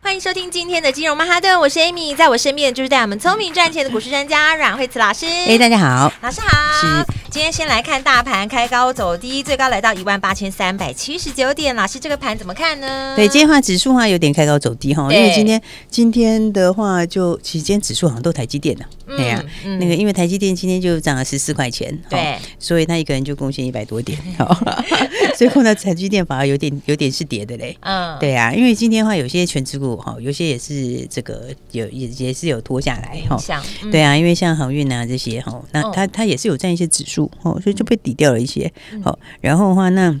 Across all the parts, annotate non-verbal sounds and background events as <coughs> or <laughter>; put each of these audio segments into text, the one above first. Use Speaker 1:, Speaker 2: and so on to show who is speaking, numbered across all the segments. Speaker 1: 欢迎收听今天的金融曼哈顿，我是 Amy，在我身边就是带我们聪明赚钱的股市专家阮慧慈老师。
Speaker 2: 哎、大家好，
Speaker 1: 老师好
Speaker 2: 是，
Speaker 1: 今天先来看大盘开高走低，最高来到一万八千三百七十九点。老师，这个盘怎么看呢？
Speaker 2: 对，今天的话指数话有点开高走低
Speaker 1: 嗯
Speaker 2: 哈，
Speaker 1: 对
Speaker 2: 因为今天今天的话就其实今天指数好像都台积电的，
Speaker 1: 嗯
Speaker 2: 哎呀，
Speaker 1: 嗯
Speaker 2: 那个因为台积电今天就涨了十四块钱，
Speaker 1: 对
Speaker 2: 哦，所以它一个人就贡献一百
Speaker 1: <laughs>
Speaker 2: 多点， <laughs> 好，所以后来台积电反而有点有点是跌的嘞。
Speaker 1: 嗯，
Speaker 2: 对啊，因为今天的话，有些全指股哈，有些也是这个有也也是有拖下来哈
Speaker 1: 影。响，嗯
Speaker 2: 对啊，因为像航运啊这些哈，那
Speaker 1: 哦
Speaker 2: 它它也是有占一些指数哦，所以就被抵掉了一些。
Speaker 1: 嗯
Speaker 2: 好，然后的话那。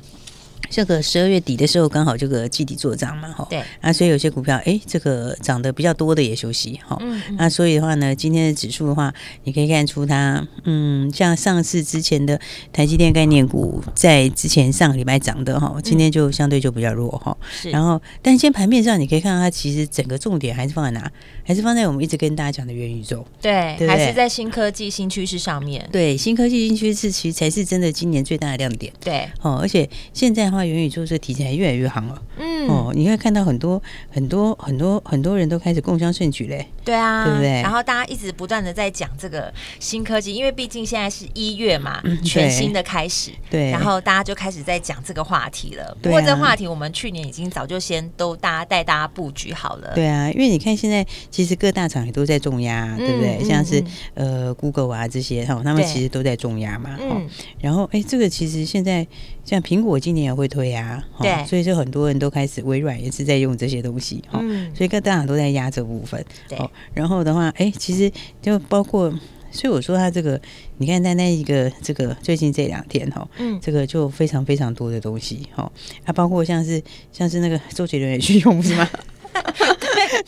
Speaker 2: 这个十二月底的时候，刚好这个季底做涨嘛，哈，
Speaker 1: 对，
Speaker 2: 啊，所以有些股票，哎，这个涨得比较多的也休息，哈，
Speaker 1: 嗯嗯
Speaker 2: 那所以的话呢，今天的指数的话，你可以看出它，嗯，像上市之前的台积电概念股，在之前上个礼拜涨的哈，今天就相对就比较弱哈。
Speaker 1: 是
Speaker 2: 然后，但是今天盘面上你可以看到它其实整个重点还是放在哪？还是放在我们一直跟大家讲的元宇宙。
Speaker 1: 对，
Speaker 2: 对不对
Speaker 1: 还是在新科技、新趋势上面，
Speaker 2: 对，新科技新趋势其实才是真的今年最大的亮点。
Speaker 1: 对，
Speaker 2: 哦，而且现在的话，元宇宙这个题材越来越行了。
Speaker 1: 嗯，
Speaker 2: 哦，你会看到很多很多很多很多人都开始共襄盛举嘞。
Speaker 1: 对啊，
Speaker 2: 对不对
Speaker 1: 然后大家一直不断的在讲这个新科技，因为毕竟现在是一月嘛，全
Speaker 2: 嗯对
Speaker 1: 新的开始，
Speaker 2: 对，
Speaker 1: 然后大家就开始在讲这个话题了。不
Speaker 2: 对啊
Speaker 1: 过这话题我们去年已经早就先都大家带大家布局好了。
Speaker 2: 对啊，因为你看现在其实各大厂也都在重压啊，对不对？
Speaker 1: 嗯
Speaker 2: 像是
Speaker 1: 嗯、
Speaker 2: 呃 Google 啊这些哈，他们
Speaker 1: 对
Speaker 2: 其实都在重压嘛。哦
Speaker 1: 嗯，
Speaker 2: 然后哎，这个其实现在像苹果今年也会推啊，哦
Speaker 1: 对
Speaker 2: 所以就很多人都开始微软也是在用这些东西哦哈。
Speaker 1: 嗯
Speaker 2: 所以各大厂都在压这部分，哦
Speaker 1: 对
Speaker 2: 然后的话，哎，其实就包括，所以我说它这个，你看在那一个这个最近这两天哈、哦，
Speaker 1: 嗯，
Speaker 2: 这个就非常非常多的东西哈、哦，啊，包括像是像是那个周杰伦也去用是
Speaker 1: <laughs>
Speaker 2: 吗？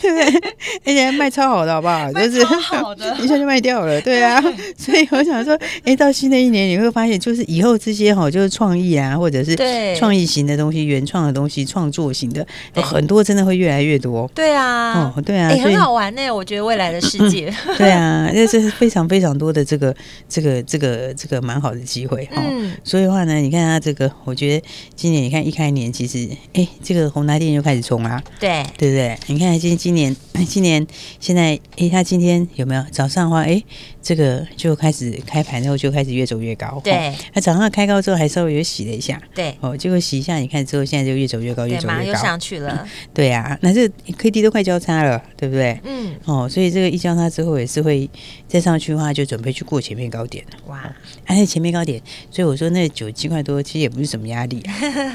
Speaker 2: 对不对？而且还卖超好的，好不好？就是
Speaker 1: 卖超好的
Speaker 2: <laughs> 一下就卖掉了，对啊。 <laughs> 所以我想说，哎，到新的一年你会发现，就是以后这些哈、就是创意啊，或者是
Speaker 1: 对
Speaker 2: 创意型的东西、原创的东西、创作型的，
Speaker 1: 对
Speaker 2: 有很多真的会越来越多。
Speaker 1: 对啊，
Speaker 2: 哦，对啊，
Speaker 1: 哎、
Speaker 2: 所以
Speaker 1: 很好玩呢、我觉得未来的世
Speaker 2: <laughs>
Speaker 1: 界，
Speaker 2: 对啊，那这是非常非常多的这个这个这个这个蛮好的机会哈。
Speaker 1: 嗯，
Speaker 2: 所以的话呢，你看它这个，我觉得今年你看一开年，其实哎，这个宏达电就开始冲啊，
Speaker 1: 对，
Speaker 2: 对不对？你看今今年今年现在哎，它今天有没有早上的话，哎，这个就开始开盘之后就开始越走越高，
Speaker 1: 对，
Speaker 2: 它早上开高之后还稍微有洗了一下，
Speaker 1: 对，
Speaker 2: 哦，结果洗一下，你看之后现在就越走越高，越
Speaker 1: 对，
Speaker 2: 走
Speaker 1: 马上
Speaker 2: 越
Speaker 1: 又
Speaker 2: 高，
Speaker 1: 上去
Speaker 2: <laughs>
Speaker 1: 了，
Speaker 2: 对啊，那这 K D 都快交叉了，对不对？
Speaker 1: 嗯，
Speaker 2: 哦，所以这个一交叉之后也是会再上去的话，就准备去过前面高点了。
Speaker 1: 哇，
Speaker 2: 而且前面高点，所以我说那九七块多其实也不是什么
Speaker 1: <laughs>
Speaker 2: 压力、啊。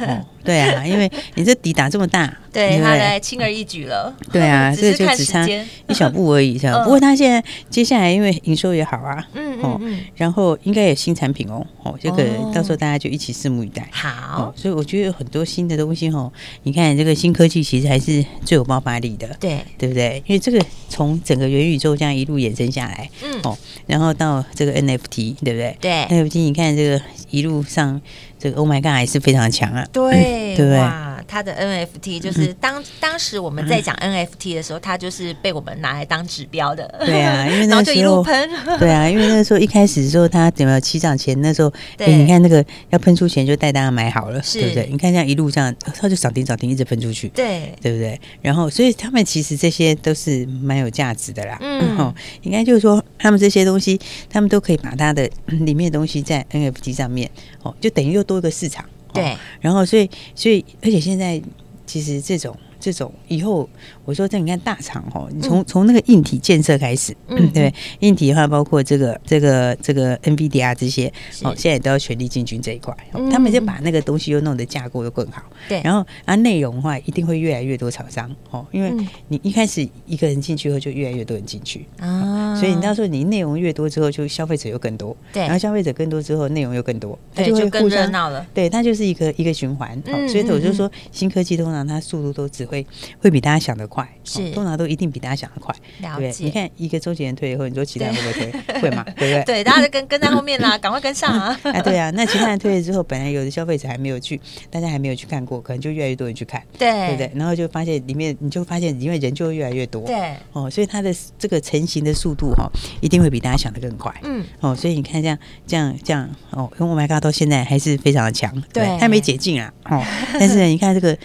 Speaker 2: 哦，对啊，因为你这底打这么大，
Speaker 1: 对，
Speaker 2: 不
Speaker 1: 他来轻而易举了，
Speaker 2: <laughs> 对啊，
Speaker 1: <laughs> 只
Speaker 2: 这个
Speaker 1: 是
Speaker 2: 就
Speaker 1: 看
Speaker 2: 只
Speaker 1: 时
Speaker 2: 差
Speaker 1: 间，
Speaker 2: 一小步而已，这样。
Speaker 1: <laughs> 嗯
Speaker 2: 不过它现在接下来因为营收也好啊，
Speaker 1: 嗯嗯
Speaker 2: 哦
Speaker 1: 嗯，
Speaker 2: 然后应该有新产品哦，哦，这个
Speaker 1: 哦
Speaker 2: 到时候大家就一起拭目以待。
Speaker 1: 好，
Speaker 2: 哦，所以我觉得有很多新的东西哦，你看这个新科技其实还是最有爆发力的，
Speaker 1: 对，
Speaker 2: 对不对？因为这个从整个元宇宙这样一路延伸下来，
Speaker 1: 嗯，
Speaker 2: 哦然后到这个 NFT，对不对？
Speaker 1: 对，
Speaker 2: NFT 你看这个一路上，这个 Oh my God 还是非常
Speaker 1: <laughs>
Speaker 2: 强啊。
Speaker 1: 对，
Speaker 2: 嗯对不对嗯
Speaker 1: 哇，他的 NFT 就是当、当时我们在讲 NFT 的时候，它就是被我们拿来当指标的。
Speaker 2: 对啊因为
Speaker 1: 然
Speaker 2: 那
Speaker 1: 后
Speaker 2: 个时候
Speaker 1: 就一路喷。
Speaker 2: 对啊，因为那个时候一开始的时候，它怎么起涨前那时候，
Speaker 1: 对
Speaker 2: 哎，你看那个要喷出前就带大家买好了，
Speaker 1: 是
Speaker 2: 对不对？你看这样一路这样，它就涨停涨停一直喷出去，
Speaker 1: <laughs> 对，
Speaker 2: 对不对？然后，所以他们其实这些都是蛮有价值的啦。
Speaker 1: 嗯
Speaker 2: 哦，应该就是说，他们这些东西，他们都可以把它的 <laughs> 嗯里面的东西在 NFT 上面，哦，就等于又多一个市场。哦
Speaker 1: 对，
Speaker 2: 然后所以所以而且现在其实这种这种以后，我说这你看大厂哦，你从从那个硬体建设开始，
Speaker 1: 嗯
Speaker 2: 嗯，对，硬体的话包括这个这个这个 NVIDIA 这些
Speaker 1: 是
Speaker 2: 哦，现在都要全力进军这一块，哦
Speaker 1: 嗯
Speaker 2: 他们就把那个东西又弄得架构又更好，
Speaker 1: 对
Speaker 2: 然后啊内容的话一定会越来越多厂商哦，因为
Speaker 1: 嗯
Speaker 2: 你一开始一个人进去后就越来越多人进去，
Speaker 1: 啊
Speaker 2: 哦所以你到时候你内容越多之后，就消费者又更多，
Speaker 1: 对
Speaker 2: 然后消费者更多之后内容又更多，它
Speaker 1: 对
Speaker 2: 会
Speaker 1: 就更
Speaker 2: 互
Speaker 1: 热
Speaker 2: 相
Speaker 1: 闹了。
Speaker 2: 对，它就是一个一个循环、哦
Speaker 1: 嗯
Speaker 2: 所以我就
Speaker 1: 嗯
Speaker 2: 说，新科技通常它速度都只会会会比大家想得快，哦
Speaker 1: 是
Speaker 2: 通常都一定比大家想得快，对
Speaker 1: 了
Speaker 2: 不对？你
Speaker 1: 解。
Speaker 2: 看一个周杰伦退了以后，你说其他人会不会
Speaker 1: <laughs>
Speaker 2: 退？会嘛，对不对？
Speaker 1: 对，大家就跟跟在后面啦，赶快跟上
Speaker 2: <laughs>
Speaker 1: 啊！ <laughs>
Speaker 2: 啊，对啊，那其他人退了之后，本来有的消费者还没有去，大家还没有去看过，可能就越来越多人去看，对
Speaker 1: 对
Speaker 2: 不对？然后就发现里面，你就发现里面人就会越来越多，
Speaker 1: 对，
Speaker 2: 哦，所以它的这个成型的速度哈、哦，一定会比大家想的更快。
Speaker 1: 嗯，
Speaker 2: 哦，所以你看这样这样这样哦，因为 Oh my God 到现在还是非常的强，
Speaker 1: 对
Speaker 2: 还没解禁啊，哦，
Speaker 1: <laughs>
Speaker 2: 但是呢，你看这个。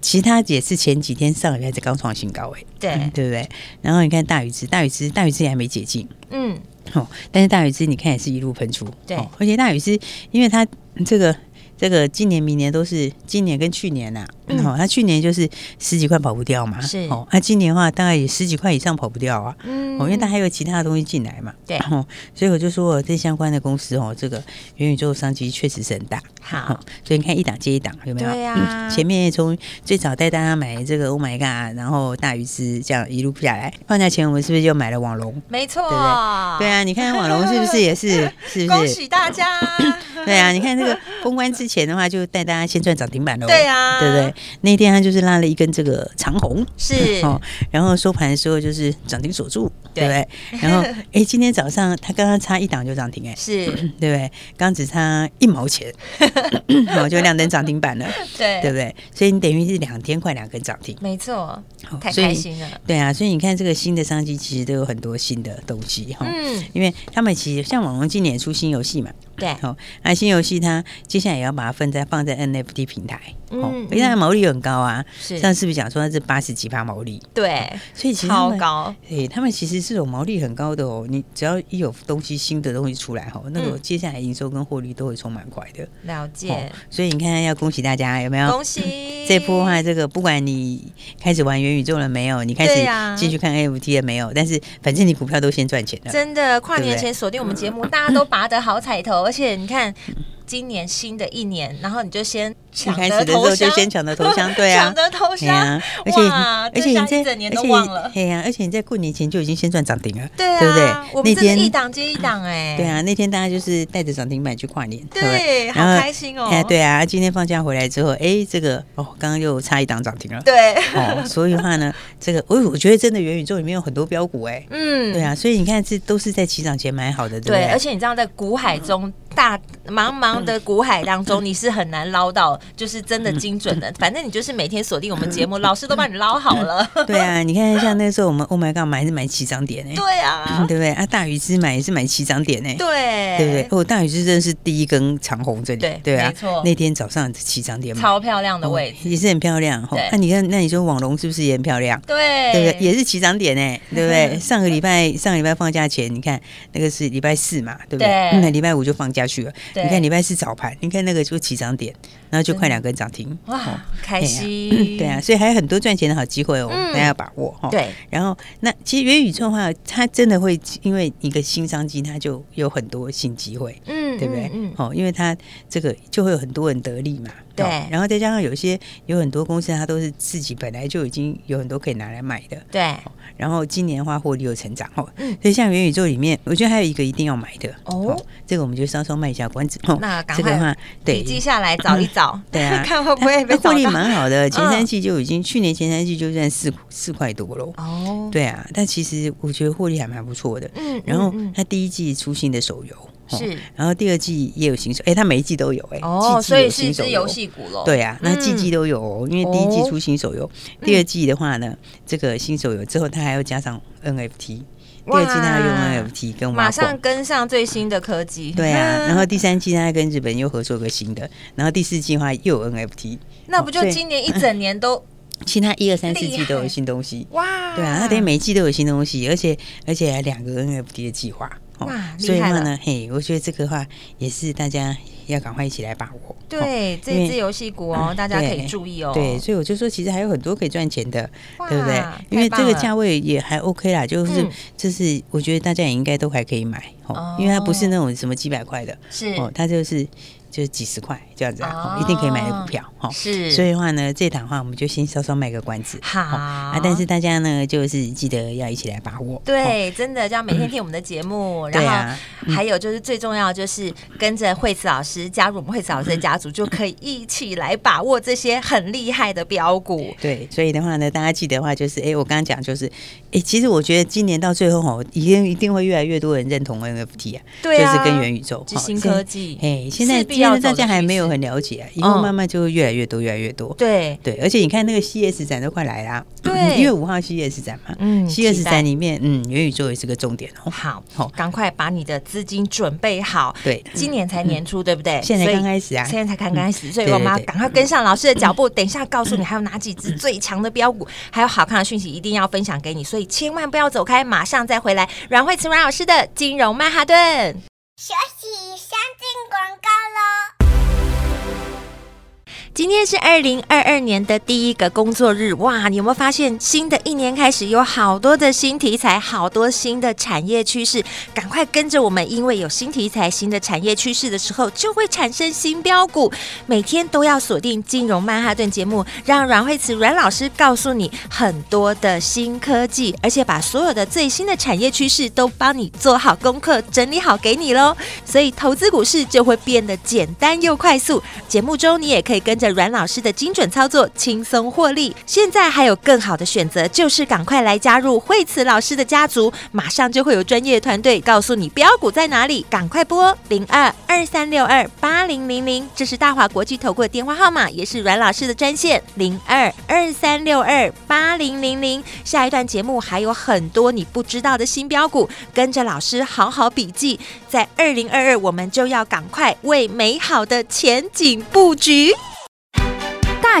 Speaker 2: 其他也是前几天上礼拜才刚创新高哎、
Speaker 1: 对
Speaker 2: 嗯，对不对？然后你看大禹之，大禹之，大禹之也还没解禁
Speaker 1: 嗯，
Speaker 2: 哦，但是大禹之你看也是一路喷出，
Speaker 1: 对
Speaker 2: 哦而且大禹之因为它这个这个今年明年都是今年跟去年呐、
Speaker 1: 嗯
Speaker 2: 哦，它去年就是十几块跑不掉嘛，
Speaker 1: 是
Speaker 2: 哦，那、今年的话大概也十几块以上跑不掉啊，
Speaker 1: 嗯，
Speaker 2: 哦，因为它还有其他的东西进来嘛，
Speaker 1: 对
Speaker 2: 哦，所以我就说这相关的公司哦，这个元宇宙商机确实是很大，
Speaker 1: 好
Speaker 2: 哦，所以你看一档接一档，有没有？嗯
Speaker 1: 对啊呀
Speaker 2: 前面从最早带大家买这个 Oh my God，然后大鱼之这样一路下来，放假前我们是不是就买了网龙？
Speaker 1: 没错，
Speaker 2: 对不对啊，你看网龙是不是
Speaker 1: <laughs>
Speaker 2: 也是是不
Speaker 1: 恭
Speaker 2: 是？
Speaker 1: 喜大
Speaker 2: <coughs>
Speaker 1: 家！
Speaker 2: 对啊，你看这个封关之前的话，就带大家先赚涨停板喽。
Speaker 1: 对啊
Speaker 2: 对不对？那天它就是拉了一根这个长红，
Speaker 1: 是
Speaker 2: <laughs> 哦，然后收盘的时候就是涨停锁住，对不对？ <laughs> 然后哎，今天早上它刚刚差一档就涨停，哎，
Speaker 1: 是，
Speaker 2: 对不对？刚只差一
Speaker 1: <laughs>
Speaker 2: 毛钱，哦，就亮灯涨停板了，
Speaker 1: 对
Speaker 2: 对不对？所以你等于是两天快两根涨停，
Speaker 1: 没错，
Speaker 2: 哦
Speaker 1: 太
Speaker 2: 所以
Speaker 1: 开心了。
Speaker 2: 对啊，所以你看这个新的商机其实都有很多新的哦东西哈。
Speaker 1: 嗯，
Speaker 2: 因为他们其实像网红今年也出新游戏嘛，
Speaker 1: 对，
Speaker 2: 哦，那新游戏它接下来也要把它分在放在 NFT 平台，哦
Speaker 1: 嗯，
Speaker 2: 因为它的毛利很高啊，
Speaker 1: 是，
Speaker 2: 上次不是讲说它是八十几趴毛利，
Speaker 1: 对，
Speaker 2: 所以其实他
Speaker 1: 超
Speaker 2: 们
Speaker 1: 高，
Speaker 2: 对他们其实这种毛利很高的哦，你只要一有东西新的东西出来哦，那个
Speaker 1: 嗯
Speaker 2: 接下来营收跟获利都会充满快的、
Speaker 1: 了解，
Speaker 2: 所以你看要恭喜大家有没有？
Speaker 1: 恭喜
Speaker 2: 哦这波的话，这个不管你开始玩元宇宙了没有，你开
Speaker 1: 对啊呀
Speaker 2: 始继续看 NFT 了没有，但是反正你股票都先赚钱了。
Speaker 1: 真的，跨
Speaker 2: 对
Speaker 1: 年
Speaker 2: 不对
Speaker 1: 前锁定我们节目，大家都拔得好彩头，而 <laughs> 且你看。今年新的一年，然后你就先
Speaker 2: 一
Speaker 1: 抢
Speaker 2: 开
Speaker 1: 得
Speaker 2: 始的时候
Speaker 1: 头
Speaker 2: 就
Speaker 1: 香，
Speaker 2: 先抢得头香，对
Speaker 1: <laughs>
Speaker 2: 啊
Speaker 1: 抢，得头
Speaker 2: 对啊
Speaker 1: 香，，
Speaker 2: 而且
Speaker 1: 哇
Speaker 2: 而且
Speaker 1: 这
Speaker 2: 你
Speaker 1: 下
Speaker 2: 在
Speaker 1: 一整年
Speaker 2: 而
Speaker 1: 都
Speaker 2: 且
Speaker 1: 忘了
Speaker 2: 对呀，而且你在过年前就已经先赚涨停了，
Speaker 1: 对啊，
Speaker 2: 对不对
Speaker 1: 我们真
Speaker 2: 那
Speaker 1: 的
Speaker 2: 天
Speaker 1: 一档接一档，哎，
Speaker 2: 对，啊，那天大家就是带着涨停板去跨年，不
Speaker 1: 对，好
Speaker 2: 然后
Speaker 1: 开心哦，
Speaker 2: 哎，对啊，今天放假回来之后，哎，这个哦，刚刚又差一档涨停了。
Speaker 1: 对，
Speaker 2: 哦，所以的话呢，这个哎我我觉得真的元宇宙里面有很多标股哎，
Speaker 1: 嗯，
Speaker 2: 对啊，所以你看这都是在起涨前买好的，对不
Speaker 1: 对，而
Speaker 2: 对？
Speaker 1: 且你知道，在股海中大茫茫的股海当中，你是很难捞到就是真的精准
Speaker 2: <laughs>
Speaker 1: 的。反正你就是每天锁定我们节目，老师都帮你捞好了。
Speaker 2: 对啊，你看像那时候我们 Oh my God 买是买起涨点
Speaker 1: <laughs>
Speaker 2: 哎，
Speaker 1: 对啊，
Speaker 2: <laughs> 对不对？啊，大禹之买也是买起涨点哎，
Speaker 1: 对
Speaker 2: 对不对？？哦，大禹之真的是第一根长红这里，
Speaker 1: 对
Speaker 2: 啊
Speaker 1: 没错，
Speaker 2: 那天早上起涨点嘛，哦
Speaker 1: 超漂亮的位置，
Speaker 2: 也是很漂亮哈。
Speaker 1: 对
Speaker 2: 那你看，那你说网龙是不是也很漂亮？
Speaker 1: 对
Speaker 2: 对不对？也是起涨
Speaker 1: <laughs>
Speaker 2: 点哎，对不对？上个礼拜上个礼拜放假前，你看那个是礼拜四嘛，对不对？
Speaker 1: 对
Speaker 2: 嗯那礼拜五就放假去了。
Speaker 1: 对
Speaker 2: 你看礼拜四早盘，你看那个就起涨点，然后就快两根涨停。哦
Speaker 1: 哇，开
Speaker 2: 对啊
Speaker 1: 心，
Speaker 2: 对啊，，所以还有很多赚钱的好机会哦，
Speaker 1: 嗯
Speaker 2: 大家要把握哈。。
Speaker 1: 对，
Speaker 2: 然后，那其实元宇宙的话，它真的会因为一个新商机，它就有很多新机会。
Speaker 1: 嗯，
Speaker 2: 对不对？
Speaker 1: 嗯，嗯
Speaker 2: 哦，因为它这个就会有很多人得利嘛。
Speaker 1: 对
Speaker 2: 哦然后再加上有些有很多公司，它都是自己本来就已经有很多可以拿来买的，
Speaker 1: 对，
Speaker 2: 然后今年的话获利又成长哦，所以像元宇宙里面，我觉得还有一个一定要买的
Speaker 1: 嗯哦，
Speaker 2: 这个我们就稍稍卖一下关子哦。
Speaker 1: 那赶
Speaker 2: 这个的
Speaker 1: 快
Speaker 2: 话，
Speaker 1: 笔，
Speaker 2: 对
Speaker 1: 记下来找一找，
Speaker 2: <laughs> 对
Speaker 1: <laughs>
Speaker 2: 啊，
Speaker 1: 看会不会
Speaker 2: 它
Speaker 1: 被
Speaker 2: 它 <laughs> 获
Speaker 1: 找
Speaker 2: 利
Speaker 1: 到。
Speaker 2: 蛮好的，前
Speaker 1: 嗯
Speaker 2: 三季就已经去年前三季就赚四四块多喽。
Speaker 1: 哦，
Speaker 2: 对啊，但其实我觉得获利还蛮不错的。
Speaker 1: 嗯，嗯，
Speaker 2: 然后
Speaker 1: 嗯
Speaker 2: 它第一季出新的手游，哦
Speaker 1: 是
Speaker 2: 然后第二季也有新手，哎，它每一季都有哎，
Speaker 1: 哦，
Speaker 2: 季季
Speaker 1: 所以
Speaker 2: 有
Speaker 1: 是
Speaker 2: 新
Speaker 1: 一
Speaker 2: 手
Speaker 1: 只游。戏股喽。
Speaker 2: 对啊，那季
Speaker 1: 嗯
Speaker 2: 季都有哦，因为第一季
Speaker 1: 哦
Speaker 2: 出新手游，第二季的话呢，这个新手游之后它还要加上 NFT，第
Speaker 1: 哇
Speaker 2: 二季它要用 NFT 跟
Speaker 1: 嗯
Speaker 2: 挖
Speaker 1: 马
Speaker 2: 矿
Speaker 1: 上跟上最新的科技。
Speaker 2: 对啊，
Speaker 1: 嗯
Speaker 2: 然后第三季它跟日本又合作个新的，然后第四季的话又有 NFT，
Speaker 1: 那不就
Speaker 2: 哦所以
Speaker 1: 今年一整年
Speaker 2: <laughs>
Speaker 1: 都
Speaker 2: 其他一二三四
Speaker 1: 厉
Speaker 2: 季都有
Speaker 1: 害
Speaker 2: 新东西。
Speaker 1: 哇？
Speaker 2: 对啊，它等于每一季都有新东西，而且而且还两个 NFT 的计划。哦
Speaker 1: 哇厉
Speaker 2: 所以的
Speaker 1: 害
Speaker 2: 话
Speaker 1: 了
Speaker 2: 呢，嘿，我觉得这个话也是大家要赶快一起来把握。哦
Speaker 1: 对这
Speaker 2: 因为嗯
Speaker 1: 支游戏股哦，大家可以注意哦。
Speaker 2: 对，所以我就说，其实还有很多可以赚钱的，
Speaker 1: 哇
Speaker 2: 对不对？因为
Speaker 1: 太棒
Speaker 2: 这个
Speaker 1: 了
Speaker 2: 价位也还 OK 啦，就是、
Speaker 1: 嗯
Speaker 2: 就是，我觉得大家也应该都还可以买哦，
Speaker 1: 哦
Speaker 2: 因为它不是那种什么几百块的
Speaker 1: 是
Speaker 2: 哦，它就是就是几十块，这样子啊，哈
Speaker 1: 哦
Speaker 2: 一定可以买的股票哈。
Speaker 1: 是，
Speaker 2: 所以的话呢，这档的话我们就先稍稍卖个关子
Speaker 1: 好
Speaker 2: 哈啊，但是大家呢就是记得要一起来把握。哈，
Speaker 1: 对，真的，这样每天听我们的节目，
Speaker 2: 哦对
Speaker 1: 然
Speaker 2: 啊
Speaker 1: 后还有就是最重要的就是跟着惠慈老师加入我们惠慈老师的家族，就可以一起来把握这些很厉害的标
Speaker 2: <laughs>
Speaker 1: 股。
Speaker 2: 对，所以的话呢，大家记得的话就是，哎，我刚刚讲就是，哎，其实我觉得今年到最后哦，一定一定会越来越多人认同 NFT 啊，
Speaker 1: 对啊，
Speaker 2: 就是跟元宇宙、
Speaker 1: 之新
Speaker 2: 现
Speaker 1: 科技，
Speaker 2: 哎，现在
Speaker 1: 势必
Speaker 2: 现
Speaker 1: 要
Speaker 2: 在大
Speaker 1: 走的
Speaker 2: 家还
Speaker 1: 趋
Speaker 2: 没有
Speaker 1: 势
Speaker 2: 很了解啊，以后
Speaker 1: 嗯
Speaker 2: 慢慢就会越来越多，越来越多。
Speaker 1: 对，
Speaker 2: 对，而且你看那个 CS 展都快来啦，
Speaker 1: 对
Speaker 2: 因为五号 CS 展嘛，
Speaker 1: 嗯
Speaker 2: ，CS
Speaker 1: 期待
Speaker 2: 展里面，嗯，元宇宙也是个重点哦。
Speaker 1: 好
Speaker 2: 好，
Speaker 1: 赶快把你的资金准备好。
Speaker 2: 对
Speaker 1: 今年才年初，对不对？
Speaker 2: 嗯现在
Speaker 1: 所以
Speaker 2: 刚开始啊
Speaker 1: 现在才刚开始，所以
Speaker 2: 对
Speaker 1: 我们要
Speaker 2: 对
Speaker 1: 赶快跟上老师的脚步。等一下告诉你还有哪几只最强的标股，还有好看的讯息，一定要分享给你，所以千万不要走开，马上再回来。阮慧慈阮老师的金融曼哈顿。
Speaker 3: 学习先进广告喽。
Speaker 1: 今天是二零二二年的第一个工作日，哇！你有没有发现新的一年开始有好多的新题材，好多新的产业趋势？赶快跟着我们，因为有新题材、新的产业趋势的时候，就会产生新标股。每天都要锁定《金融曼哈顿》节目，让阮慧慈阮老师告诉你很多的新科技，而且把所有的最新的产业趋势都帮你做好功课，整理好给你喽。所以投资股市就会变得简单又快速。节目中你也可以跟着阮老师的精准操作，轻松获利。现在还有更好的选择，就是赶快来加入惠慈老师的家族，马上就会有专业团队告诉你标股在哪里，赶快拨零二二三六二八零零零，这是大华国际投顾的电话号码，也是阮老师的专线零二二三六二八零零零。下一段节目还有很多你不知道的新标股，跟着老师好好笔记，在二零二二，我们就要赶快为美好的前景布局。
Speaker 4: 大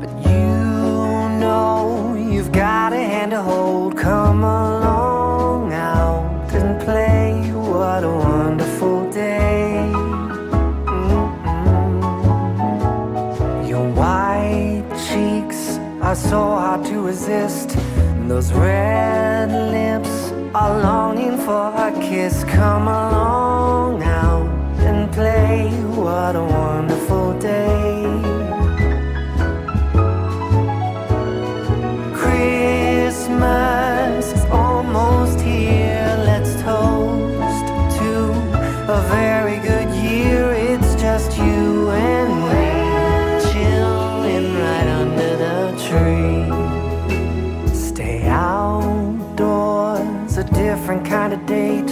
Speaker 5: but you know you've got a hand to hold. Come along out and play. What a wonderful day. Mm-mm. Your white cheeks are so hard to resist. and Those red lips are longing for a kiss. Come along out and play. What a wonderful day. Christmas is almost here. Let's toast to a very good year. It's just you and me chilling right under the tree. Stay outdoors, a different kind of date.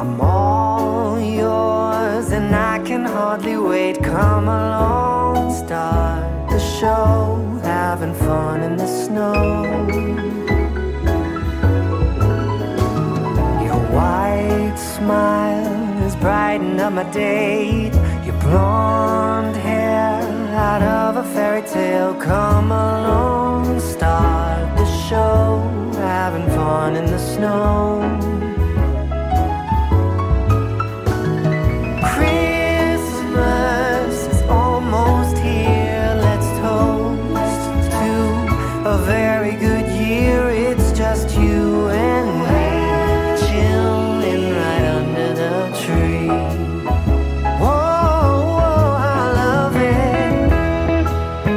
Speaker 5: I'm all yours and I can hardly wait. Come along, start the show. Having fun in the snow. Your white smile is brighten up my day. Your blonde hair out of a fairy tale. Come along, start the show. Having fun in the snow. Christmas is almost here. Let's toast to a very good year. It's just you and me chilling right under the tree. Whoa, whoa, I love it.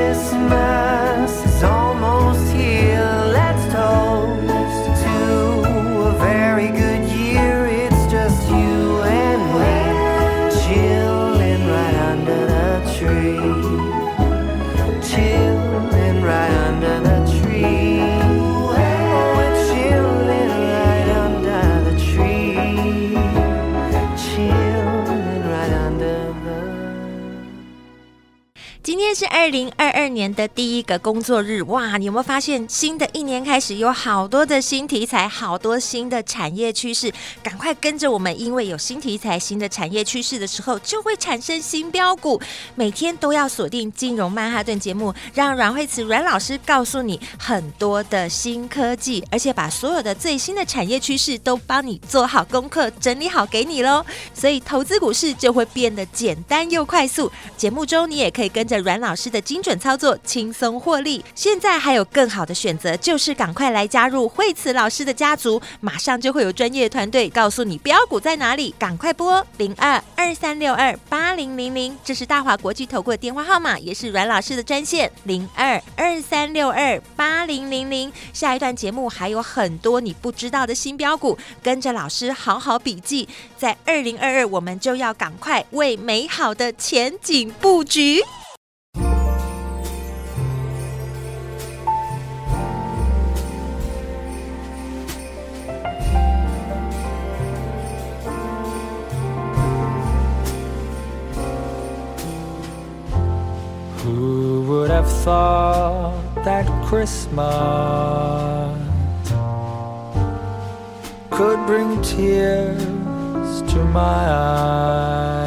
Speaker 5: Christmas is almost here. Let's toast to a very good year. It's just you and me chilling right under the tree. Chilling right under the tree. Oh, we're chilling right under the tree. Chilling right under the
Speaker 1: 今天是二零二二年的第一个工作日，哇！你有没有发现新的一年开始有好多的新题材，好多新的产业趋势？赶快跟着我们，因为有新题材、新的产业趋势的时候，就会产生新标股。每天都要锁定《金融曼哈顿》节目，让阮慧慈阮老师告诉你很多的新科技，而且把所有的最新的产业趋势都帮你做好功课，整理好给你喽。所以投资股市就会变得简单又快速。节目中你也可以跟着阮老师的精准操作，轻松获利。现在还有更好的选择，就是赶快来加入惠慈老师的家族，马上就会有专业团队告诉你标股在哪里，赶快拨零二二三六二八零零零，这是大华国际投顾的电话号码，也是阮老师的专线零二二三六二八零零零。下一段节目还有很多你不知道的新标股，跟着老师好好笔记，在二零二二我们就要赶快为美好的前景布局。
Speaker 6: Who would have thought that Christmas could bring tears to my eyes?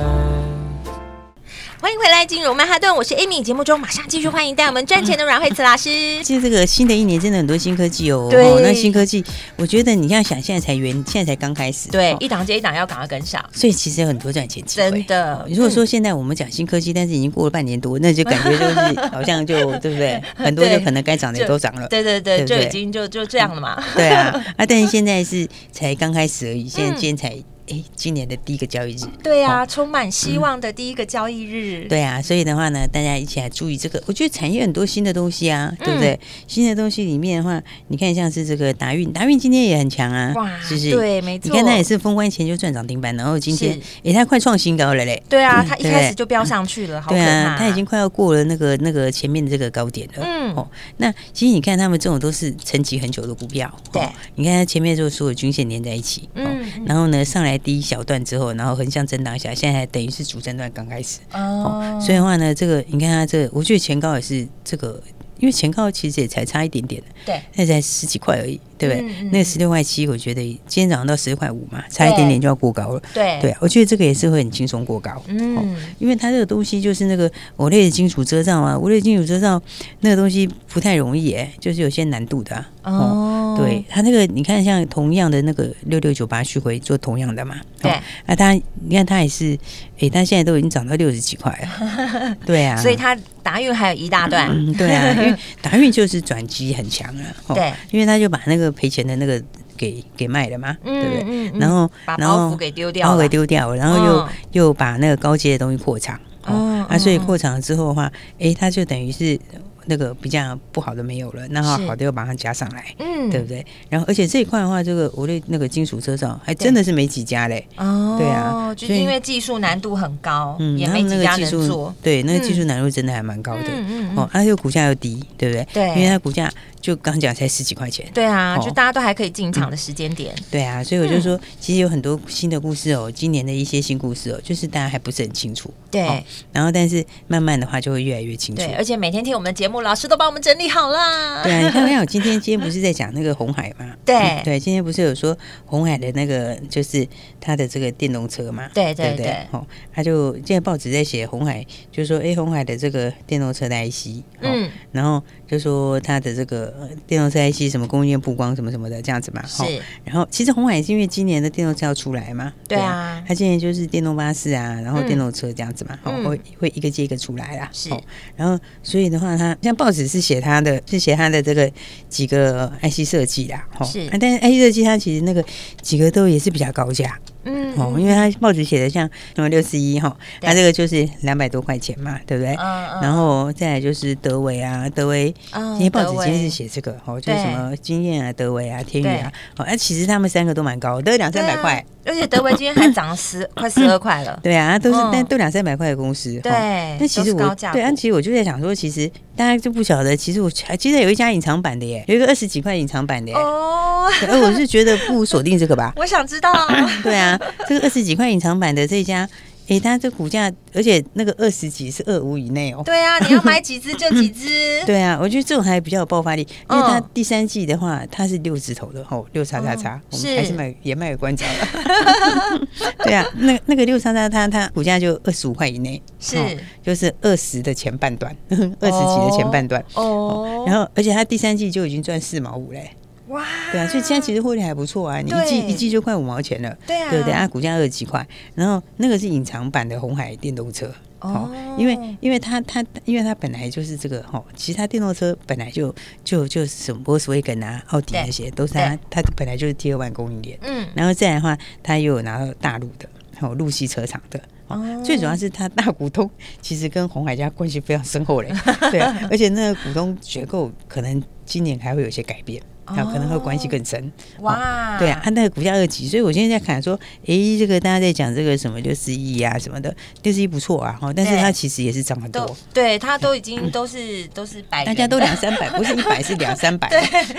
Speaker 1: 欢迎回来，金融曼哈顿，我是 Amy。节目中马上继续欢迎带我们赚钱的阮慧慈老师。
Speaker 2: 其实这个新的一年真的很多新科技哦。
Speaker 1: 对
Speaker 2: 哦那新科技，我觉得你这样想，现在才原，现在才刚开始。
Speaker 1: <laughs> 对
Speaker 2: 哦，
Speaker 1: 一档接一档要赶快跟上，
Speaker 2: 所以其实有很多赚钱机会。
Speaker 1: 真的。
Speaker 2: 如果说现在我们讲新科技，但是已经过了半年多，那就感觉就是
Speaker 1: <laughs>
Speaker 2: 好像就对不对？很多就可能该涨的也都涨
Speaker 1: <laughs>
Speaker 2: 了
Speaker 1: 嗯，。对对对，
Speaker 2: 对不对
Speaker 1: 就已经就就这样了嘛。
Speaker 2: <laughs> 对啊，
Speaker 1: <laughs>
Speaker 2: 啊，但是现在是才刚开始而已，
Speaker 1: 嗯
Speaker 2: 现在今天才哎，今年的第一个交易日。
Speaker 1: 对
Speaker 2: 哦
Speaker 1: 啊，充满希望的第一个交易日。
Speaker 2: 对啊，所以的话呢，大家一起来注意这个。我觉得产业很多新的东西啊，
Speaker 1: 嗯
Speaker 2: 对不对？新的东西里面的话，你看像是这个达运，达运今天也很强啊，
Speaker 1: 哇
Speaker 2: 是不是？
Speaker 1: 对没错
Speaker 2: 你看它也是封关前就赚涨停板，然后今天
Speaker 1: 是
Speaker 2: 哎，它快创新高了嘞。
Speaker 1: 对啊，
Speaker 2: 嗯
Speaker 1: 他一
Speaker 2: 对
Speaker 1: 开始就飙上去了，好可
Speaker 2: 对啊
Speaker 1: 怕。，
Speaker 2: 它已经快要过了那个那个前面的这个高点了。
Speaker 1: 嗯
Speaker 2: 哦，那其实你看他们这种都是沉积很久的股票。
Speaker 1: 对
Speaker 2: 哦你看它前面就所有均线连在一起。哦
Speaker 1: 嗯嗯
Speaker 2: 然后呢，上来第一小段之后，然后横向震荡一下，现在还等于是主震段刚开始。
Speaker 1: 哦
Speaker 2: 哦，所以的话呢，这个你看它这个，我觉得前高也是这个，因为前高其实也才差一点点，
Speaker 1: 对，
Speaker 2: 那才十几块而已，对不对？
Speaker 1: 嗯嗯
Speaker 2: 那个十六块七，我觉得今天早上到十六块五嘛，差一点点就要过高了。
Speaker 1: 对
Speaker 2: 对啊，我觉得这个也是会很轻松过高。哦
Speaker 1: 嗯，
Speaker 2: 因为它这个东西就是那个我类的金属遮罩啊，我类的金属遮罩那个东西不太容易哎，就是有些难度的、啊、
Speaker 1: 哦
Speaker 2: 对，它那个你看像同样的那个六六九八续回做同样的嘛，
Speaker 1: 对
Speaker 2: 哦，那、它你看它也是，诶，它现在都已经涨到六十几块了，
Speaker 1: <laughs>
Speaker 2: 对啊，
Speaker 1: 所以他达运还有一大段，
Speaker 2: 嗯，
Speaker 1: <laughs>
Speaker 2: 对啊，因为达运就是转机很强啊，哦
Speaker 1: 对，
Speaker 2: 因为他就把那个赔钱的那个给给卖了嘛，
Speaker 1: 嗯
Speaker 2: 对不对
Speaker 1: 嗯？嗯
Speaker 2: 然后
Speaker 1: 把
Speaker 2: 然
Speaker 1: 包
Speaker 2: 后
Speaker 1: 袱给丢
Speaker 2: 包
Speaker 1: 掉
Speaker 2: 袱
Speaker 1: 了
Speaker 2: 给。丢掉了，然后又、
Speaker 1: 嗯
Speaker 2: 又把那个高阶的东西扩厂，
Speaker 1: 嗯
Speaker 2: 哦，啊，所以
Speaker 1: 嗯
Speaker 2: 扩厂了之后的话，诶，它就等于是那个比较不好的没有了，然后
Speaker 1: 是
Speaker 2: 好的又把它加上来。
Speaker 1: 嗯
Speaker 2: 对不对？然后，而且这一块的话，这个我对那个金属车上还真的是没几家嘞。
Speaker 1: 哦，
Speaker 2: 对啊
Speaker 1: 就是
Speaker 2: 所以嗯
Speaker 1: 因为技术难度很高，哦也
Speaker 2: 然
Speaker 1: 没
Speaker 2: 后那
Speaker 1: 几
Speaker 2: 个
Speaker 1: 家
Speaker 2: 技
Speaker 1: 能
Speaker 2: 术
Speaker 1: 做。
Speaker 2: 对那个技
Speaker 1: 嗯
Speaker 2: 术难度真的还蛮高的。哦
Speaker 1: 嗯嗯嗯
Speaker 2: 哦，它、啊、这个股价又低，对不对？
Speaker 1: 对
Speaker 2: 因为它股价就刚讲才十几块钱。
Speaker 1: 对啊，
Speaker 2: 哦
Speaker 1: 就大家都还可以进场的时间点，
Speaker 2: 对啊，所以我
Speaker 1: 嗯
Speaker 2: 就说，其实有很多新的故事哦，今年的一些新故事哦，就是大家还不是很清楚。
Speaker 1: 对
Speaker 2: 哦然后但是慢慢的话就会越来越清楚。
Speaker 1: 对，啊而且每天听我们的节目，老师都帮我们整理好啦。
Speaker 2: 对啊，你看，看我今天今天不是在讲那个红海
Speaker 1: <laughs>
Speaker 2: 嘛？
Speaker 1: 对
Speaker 2: 嗯对，今天不是有说红海的那个就是它的这个电动车嘛？
Speaker 1: 对对
Speaker 2: 对不
Speaker 1: 对
Speaker 2: 哦，他就现在报纸在写红海，就说哎，红海的这个电动车的 IC，
Speaker 1: <laughs>
Speaker 2: 哦、
Speaker 1: 嗯，
Speaker 2: 然后就说它的这个呃电动车 IC 什么供应链曝光什么什么的这样子嘛，哦
Speaker 1: 是
Speaker 2: 然后其实红海是因为今年的电动车要出来嘛，
Speaker 1: 对啊
Speaker 2: 它今年就是电动巴士啊，然后
Speaker 1: 嗯
Speaker 2: 电动车这样子嘛，哦
Speaker 1: 嗯
Speaker 2: 会会一个接一个出来啦，
Speaker 1: 是
Speaker 2: 哦然后所以的话它，像报纸是写它的，是写它的这个几个 IC 设计啦，哦
Speaker 1: 是
Speaker 2: 啊但是 IC 设计它其实那个几个都也是比较高价，
Speaker 1: 嗯
Speaker 2: 哦，因为它报纸写的像什么六四一哈，
Speaker 1: 对
Speaker 2: 它这个就是两百多块钱嘛，对不对？
Speaker 1: 嗯
Speaker 2: 然后再来就是德维啊，德维，
Speaker 1: 嗯
Speaker 2: 今天报纸今天
Speaker 1: 德维
Speaker 2: 是写这个哦，就是
Speaker 1: 对
Speaker 2: 什么经验啊、德维啊、天宇啊，哦，哎，其实他们三个都蛮高，都有两三百块，，
Speaker 1: 对啊而且德维今天还涨了
Speaker 2: <laughs>
Speaker 1: 十快十二块了。
Speaker 2: 对啊，都是
Speaker 1: 嗯
Speaker 2: 但都两三百块的公司，哦
Speaker 1: 对
Speaker 2: 但其实
Speaker 1: 都是
Speaker 2: 我
Speaker 1: 高价股
Speaker 2: 对，啊但其实我就在想说，其实大家就不晓得，其实我还记得有一家隐藏版的耶，有一个二十几块隐藏版的耶，
Speaker 1: 哦， <laughs>
Speaker 2: 对呃而我是觉得不如锁定这个吧，
Speaker 1: 我想
Speaker 2: <laughs>
Speaker 1: 知道，
Speaker 2: 对啊，这个二十几块隐藏版的这一家，诶，它这股价，而且那个二十几是二五以内哦。
Speaker 1: 对啊，你要买几只就几只，
Speaker 2: <laughs> 对啊，我觉得这种还比较有爆发力，因为它
Speaker 1: 嗯哦
Speaker 2: 第三季的话，它是六字头的吼，六叉叉叉，我
Speaker 1: 是
Speaker 2: 们还是卖也卖给关照了。 <laughs> 对啊，那那个六叉叉叉，它股价就二十五块以内，
Speaker 1: 是
Speaker 2: 哦就是二十的前半段， <laughs> 二十几的前半段。
Speaker 1: 哦，
Speaker 2: 然后，而且它第三季就已经赚四毛五欸嘞，
Speaker 1: 哇，
Speaker 2: 对啊，所以现在其实获利还不错啊，你
Speaker 1: 对
Speaker 2: 一季一季就快五毛钱了，
Speaker 1: 对啊
Speaker 2: 对不对？啊，股价二十几块，然后那个是隐藏版的红海电动车。
Speaker 1: 哦
Speaker 2: 因为因为它它因为它本来就是这个哦，其实它电动车本来就就就是什么波斯威根啊、奥迪那些都是它它本来就是第二万供应链，
Speaker 1: 嗯，
Speaker 2: 然后再来的话，它又有拿到大陆的，还有陆西车厂的。哦，
Speaker 1: 嗯
Speaker 2: 最主要是它大股东其实跟红海家关系非常深厚
Speaker 1: <laughs>
Speaker 2: 嘞，对啊，而且那个股东结构可能今年还会有一些改变，然后可能会关系更深。
Speaker 1: 哦哇，
Speaker 2: 对啊，它那个股价二级，所以我现在在看说，诶，这个大家在讲这个什么六十亿啊什么的，六十亿不错啊，哈，但是
Speaker 1: 对
Speaker 2: 它其实也是涨很
Speaker 1: 都
Speaker 2: 多，嗯
Speaker 1: 对，它都已经都是都是百元
Speaker 2: 大
Speaker 1: 的，
Speaker 2: 家都
Speaker 1: <laughs>
Speaker 2: 两三百，不是一百是两三百，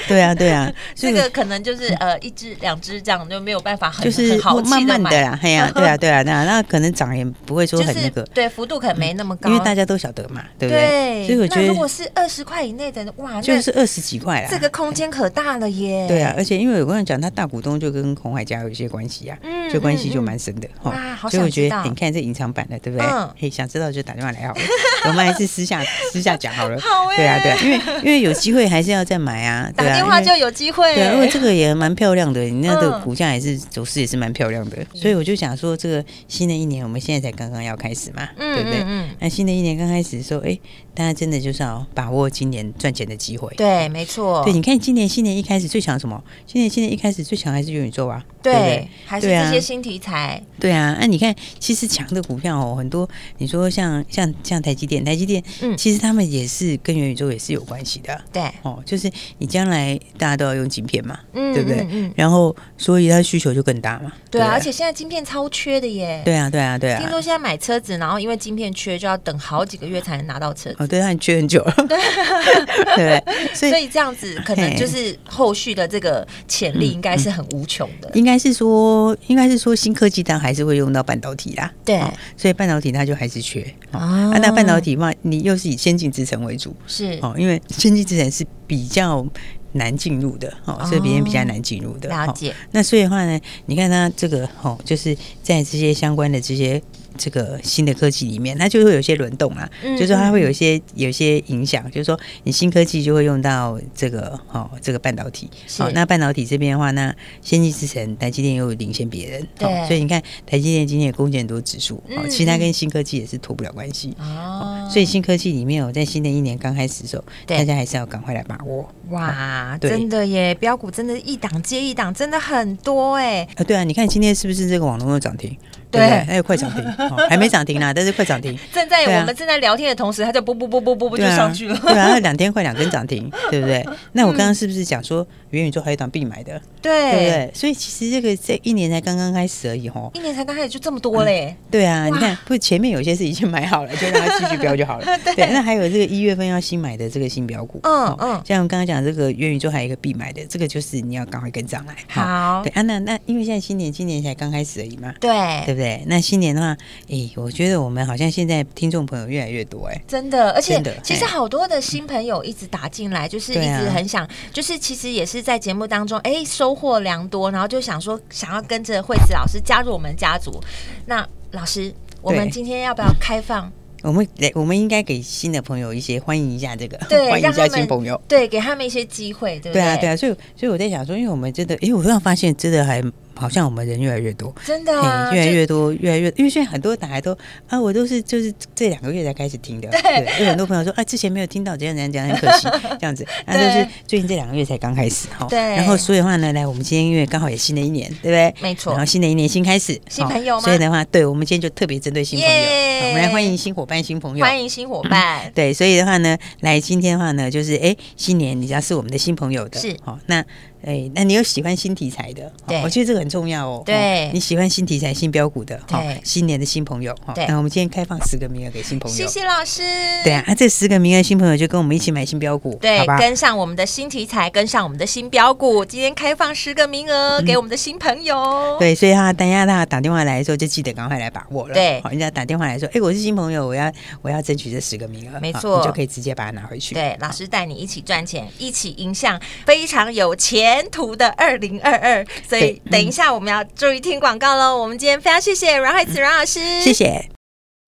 Speaker 2: 对啊对啊，
Speaker 1: 这
Speaker 2: 所以
Speaker 1: 个可能就是呃一只两只这样就没有办法很
Speaker 2: 就是
Speaker 1: 很好
Speaker 2: 慢
Speaker 1: 气
Speaker 2: 慢
Speaker 1: 买
Speaker 2: 的啦，哎呀，
Speaker 1: <laughs>
Speaker 2: 对啊对啊，那那可能涨也不会说
Speaker 1: 就
Speaker 2: 很那
Speaker 1: 是
Speaker 2: 个，嗯
Speaker 1: 对幅度可能没那么高，
Speaker 2: 因为大家都晓得嘛，对不
Speaker 1: 对，
Speaker 2: 对？所以我觉
Speaker 1: 那如果
Speaker 2: 得
Speaker 1: 是二十块以内的，哇，
Speaker 2: 就
Speaker 1: 那
Speaker 2: 是二十几块啦，
Speaker 1: 这个空间可大了耶，
Speaker 2: 对啊，而且因为我跟你讲，他大股东就跟红海家有一些关系啊，
Speaker 1: 嗯
Speaker 2: 就关系
Speaker 1: 嗯
Speaker 2: 就蛮深的哈、
Speaker 1: 哇好
Speaker 2: 所以
Speaker 1: 想
Speaker 2: 我觉
Speaker 1: 知
Speaker 2: 得
Speaker 1: 道
Speaker 2: 你看这隐藏版的，对不对？
Speaker 1: 嗯
Speaker 2: 嘿，想知道就打电话来好了， <laughs> 我们还是私下私下讲好了。
Speaker 1: <laughs> 好欸
Speaker 2: 对啊，对啊，因为因为有机会还是要再买
Speaker 1: <laughs>
Speaker 2: 啊，
Speaker 1: 打
Speaker 2: 对啊，
Speaker 1: 电话
Speaker 2: 因为
Speaker 1: 就有机会，
Speaker 2: 对啊，因为这个也蛮漂亮的，
Speaker 1: <laughs>
Speaker 2: 你那个
Speaker 1: 嗯
Speaker 2: 股价也是走势也是蛮漂亮的，所以我就想说，这个新的一年我们现在才刚刚要开始嘛，
Speaker 1: 嗯
Speaker 2: 对不对？
Speaker 1: 嗯嗯
Speaker 2: 那新的一年刚开始的时候，哎，大家真的就是要把握今年赚钱的机会。
Speaker 1: 对，没错，
Speaker 2: 对，你看今年新年一开始最强什么？今年新年一开始最强还是元宇宙啊，
Speaker 1: 对
Speaker 2: 不对？
Speaker 1: 还是
Speaker 2: 对
Speaker 1: 这
Speaker 2: 啊
Speaker 1: 些新题材，
Speaker 2: 对啊，那、你看，其实强的股票哦，很多。你说像像像台积电，台积电，
Speaker 1: 嗯
Speaker 2: 其实他们也是跟元宇宙也是有关系的。
Speaker 1: 对，
Speaker 2: 哦，就是你将来大家都要用晶片嘛，
Speaker 1: 嗯
Speaker 2: 对不对？
Speaker 1: 嗯嗯
Speaker 2: 然后，所以它需求就更大嘛。
Speaker 1: 对啊，
Speaker 2: 不
Speaker 1: 而且现在晶片超缺的耶，
Speaker 2: 对啊，对啊，对
Speaker 1: 听
Speaker 2: 啊。
Speaker 1: 说现在买车子，然后因为晶片缺，就要等好几个月才能拿到车子。
Speaker 2: 哦，对，它很缺很久了，
Speaker 1: <laughs>
Speaker 2: 对不对？所以
Speaker 1: 所以这样子可能
Speaker 2: 嘿嗯
Speaker 1: 就是后续的这个潜力应该是很无穷的，
Speaker 2: 应该是说，应该是说新科技当然还是会用到半导体啦。
Speaker 1: 对
Speaker 2: 哦所以半导体它就还是缺。哦
Speaker 1: 哦
Speaker 2: 啊，那半导体嘛，你又是以先进制程为主
Speaker 1: 是
Speaker 2: 哦，因为先进制程是比较难进入的哦，所以别人
Speaker 1: 哦
Speaker 2: 比较难进入的。
Speaker 1: 了
Speaker 2: 哦
Speaker 1: 解
Speaker 2: 那所以的话呢，你看它这个哦，就是在这些相关的这些。这个新的科技里面，它就会有一些轮动啊，
Speaker 1: 嗯
Speaker 2: 就是说它会有一些有一些影响，就是说你新科技就会用到这个哦这个半导体，
Speaker 1: 是
Speaker 2: 好、那半导体这边的话，那先进制程，台积电又领先别人，
Speaker 1: 对
Speaker 2: 所以你看台积电今天也贡献很多指数，哦、
Speaker 1: 嗯
Speaker 2: 其实它跟新科技也是脱不了关系。
Speaker 1: 哦，
Speaker 2: 所以新科技里面，我在新的一年刚开始的时候，
Speaker 1: 对
Speaker 2: 大家还是要赶快来把握。
Speaker 1: 哇，
Speaker 2: 啊对
Speaker 1: 真的耶，标股真的一档接一档，真的很多哎，
Speaker 2: 呃啊，对啊，你看今天是不是这个网络又涨停？对不对
Speaker 1: 对？
Speaker 2: 那个快涨停，哦还没涨停啦，但是快涨
Speaker 1: <laughs>
Speaker 2: 停，
Speaker 1: 正在
Speaker 2: 对啊
Speaker 1: 我们正在聊天的同时，它就啵啵啵啵啵啵就
Speaker 2: 对啊
Speaker 1: 上去了。嗯
Speaker 2: 对啊，
Speaker 1: <laughs>
Speaker 2: 那两天快两根涨停，对不对？那我刚刚是不是讲说元宇宙还有一档必买的，对不
Speaker 1: 对，
Speaker 2: 对？所以其实这个这一年才刚刚开始而已吼。
Speaker 1: 一年才刚开始就这么多嘞，。
Speaker 2: 对啊，你看，不前面有些是已经买好了，就让它继续飙就好了
Speaker 1: <laughs> 对
Speaker 2: 那还有这个一月份要新买的这个新标股，
Speaker 1: 嗯
Speaker 2: 哦
Speaker 1: 嗯
Speaker 2: 像我刚刚讲这个元宇宙还有一个必买的，这个就是你要赶快跟上来。
Speaker 1: 好
Speaker 2: 对啊，那那因为现在新年今年才刚开始而已嘛，对
Speaker 1: 对，
Speaker 2: 不对？那新年的话，诶，我觉得我们好像现在听众朋友越来越多哎、
Speaker 1: 真的，而且
Speaker 2: 真的
Speaker 1: 其实
Speaker 2: 嘿
Speaker 1: 好多的新朋友一直打进来，就是一
Speaker 2: 对啊
Speaker 1: 直很想，就是其实也是在节目当中，哎，收获良多，然后就想说想要跟着惠子老师加入我们家族。那老师，我们
Speaker 2: 对
Speaker 1: 今天要不要开放？
Speaker 2: 我们来，我们应该给新的朋友一些欢迎一下这个，
Speaker 1: 对，
Speaker 2: <laughs> 欢迎
Speaker 1: 让
Speaker 2: 一下
Speaker 1: 他
Speaker 2: 新
Speaker 1: 们
Speaker 2: 朋友。
Speaker 1: 对，给他们一些机会，对不
Speaker 2: 对啊，对
Speaker 1: 啊，
Speaker 2: 啊，所以所以我在想说，因为我们真的，因为我突然发现，真的还好像我们人越来越多，
Speaker 1: 真的
Speaker 2: 嘿
Speaker 1: 啊，
Speaker 2: 越来
Speaker 1: 就
Speaker 2: 越多，越来越，因为现在很多打来都啊，我都是就是这两个月才开始听的，
Speaker 1: 对
Speaker 2: 有很多朋友说啊，之前没有听到，怎样怎样怎样，很可惜，
Speaker 1: <laughs>
Speaker 2: 这样子，那都
Speaker 1: 对
Speaker 2: 是最近这两个月才刚开始哈。
Speaker 1: 对
Speaker 2: 然后所以的话呢，来，我们今天因为刚好也新的一年，对不对？
Speaker 1: 没错
Speaker 2: 然后新的一年新开始，
Speaker 1: 新
Speaker 2: 哦
Speaker 1: 朋友吗
Speaker 2: 所以的话，对我们今天就特别针对新朋友，
Speaker 1: 耶
Speaker 2: 好我们来欢迎新伙伴、新朋友。
Speaker 1: 欢迎新伙伴。
Speaker 2: 对，所以的话呢，来今天的话呢，就是哎，新年你只要是我们的新朋友的，
Speaker 1: 是
Speaker 2: 哦，那哎，那你有喜欢新题材的，哦
Speaker 1: 对
Speaker 2: 我觉得这个很重要哦。
Speaker 1: 对
Speaker 2: 哦你喜欢新题材、新标股的，哦
Speaker 1: 对
Speaker 2: 新年的新朋友，哦
Speaker 1: 对
Speaker 2: 那我们今天开放十个名额给嗯新朋友，
Speaker 1: 谢谢老师。
Speaker 2: 对啊，啊，这十个名额新朋友就跟我们一起买新标股，
Speaker 1: 对
Speaker 2: 好吧，？
Speaker 1: 跟上我们的新题材，跟上我们的新标股。今天开放十个名额给我们的新朋友。
Speaker 2: 嗯对，所以他等一下他打电话来的时候，就记得赶快来把握了。
Speaker 1: 对
Speaker 2: 好，人家打电话来说，哎，我是新朋友，我要我要争取这十个名额，
Speaker 1: 没
Speaker 2: 好
Speaker 1: 错
Speaker 2: 你就可以直接把它拿回去。
Speaker 1: 对，老师带你一起赚钱，一起迎向非常有前途的二零二二。所以
Speaker 2: 对嗯
Speaker 1: 等一下我们要注意听广告喽。我们今天非常谢谢阮慧慈阮老师，
Speaker 2: 谢谢。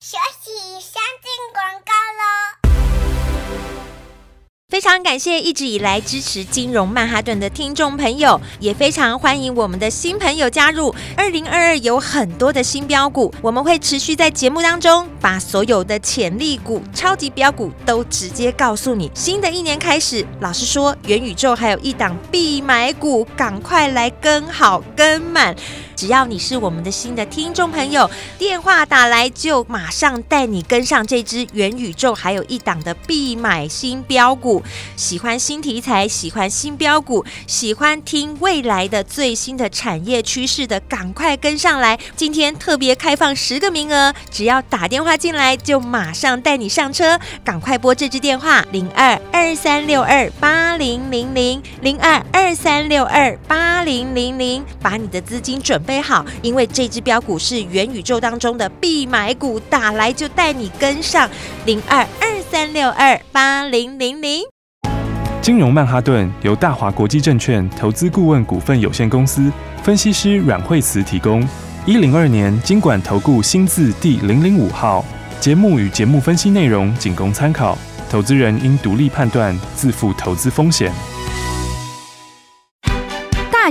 Speaker 3: 学习先进广告喽。
Speaker 1: 非常感谢一直以来支持金融曼哈顿的听众朋友，也非常欢迎我们的新朋友加入。二零二二有很多的新标股，我们会持续在节目当中把所有的潜力股、超级标股都直接告诉你。新的一年开始，老实说，元宇宙还有一档必买股，赶快来跟好跟满。只要你是我们的新的听众朋友，电话打来就马上带你跟上这支元宇宙，还有一档的必买新标股。喜欢新题材，喜欢新标股，喜欢听未来的最新的产业趋势的，赶快跟上来！今天特别开放十个名额，只要打电话进来，就马上带你上车，赶快拨这支电话零二二三六二八零零零零二二三六二八零零零，把你的资金准备好，因为这支标股是元宇宙当中的必买股，打来就带你跟上零二二三六二八零零零。
Speaker 7: 金融曼哈顿由大华国际证券投资顾问股份有限公司分析师阮惠慈提供。一零二年经管投顾新字第零零五号。节目与节目分析内容仅供参考，投资人应独立判断，自负投资风险。
Speaker 4: 大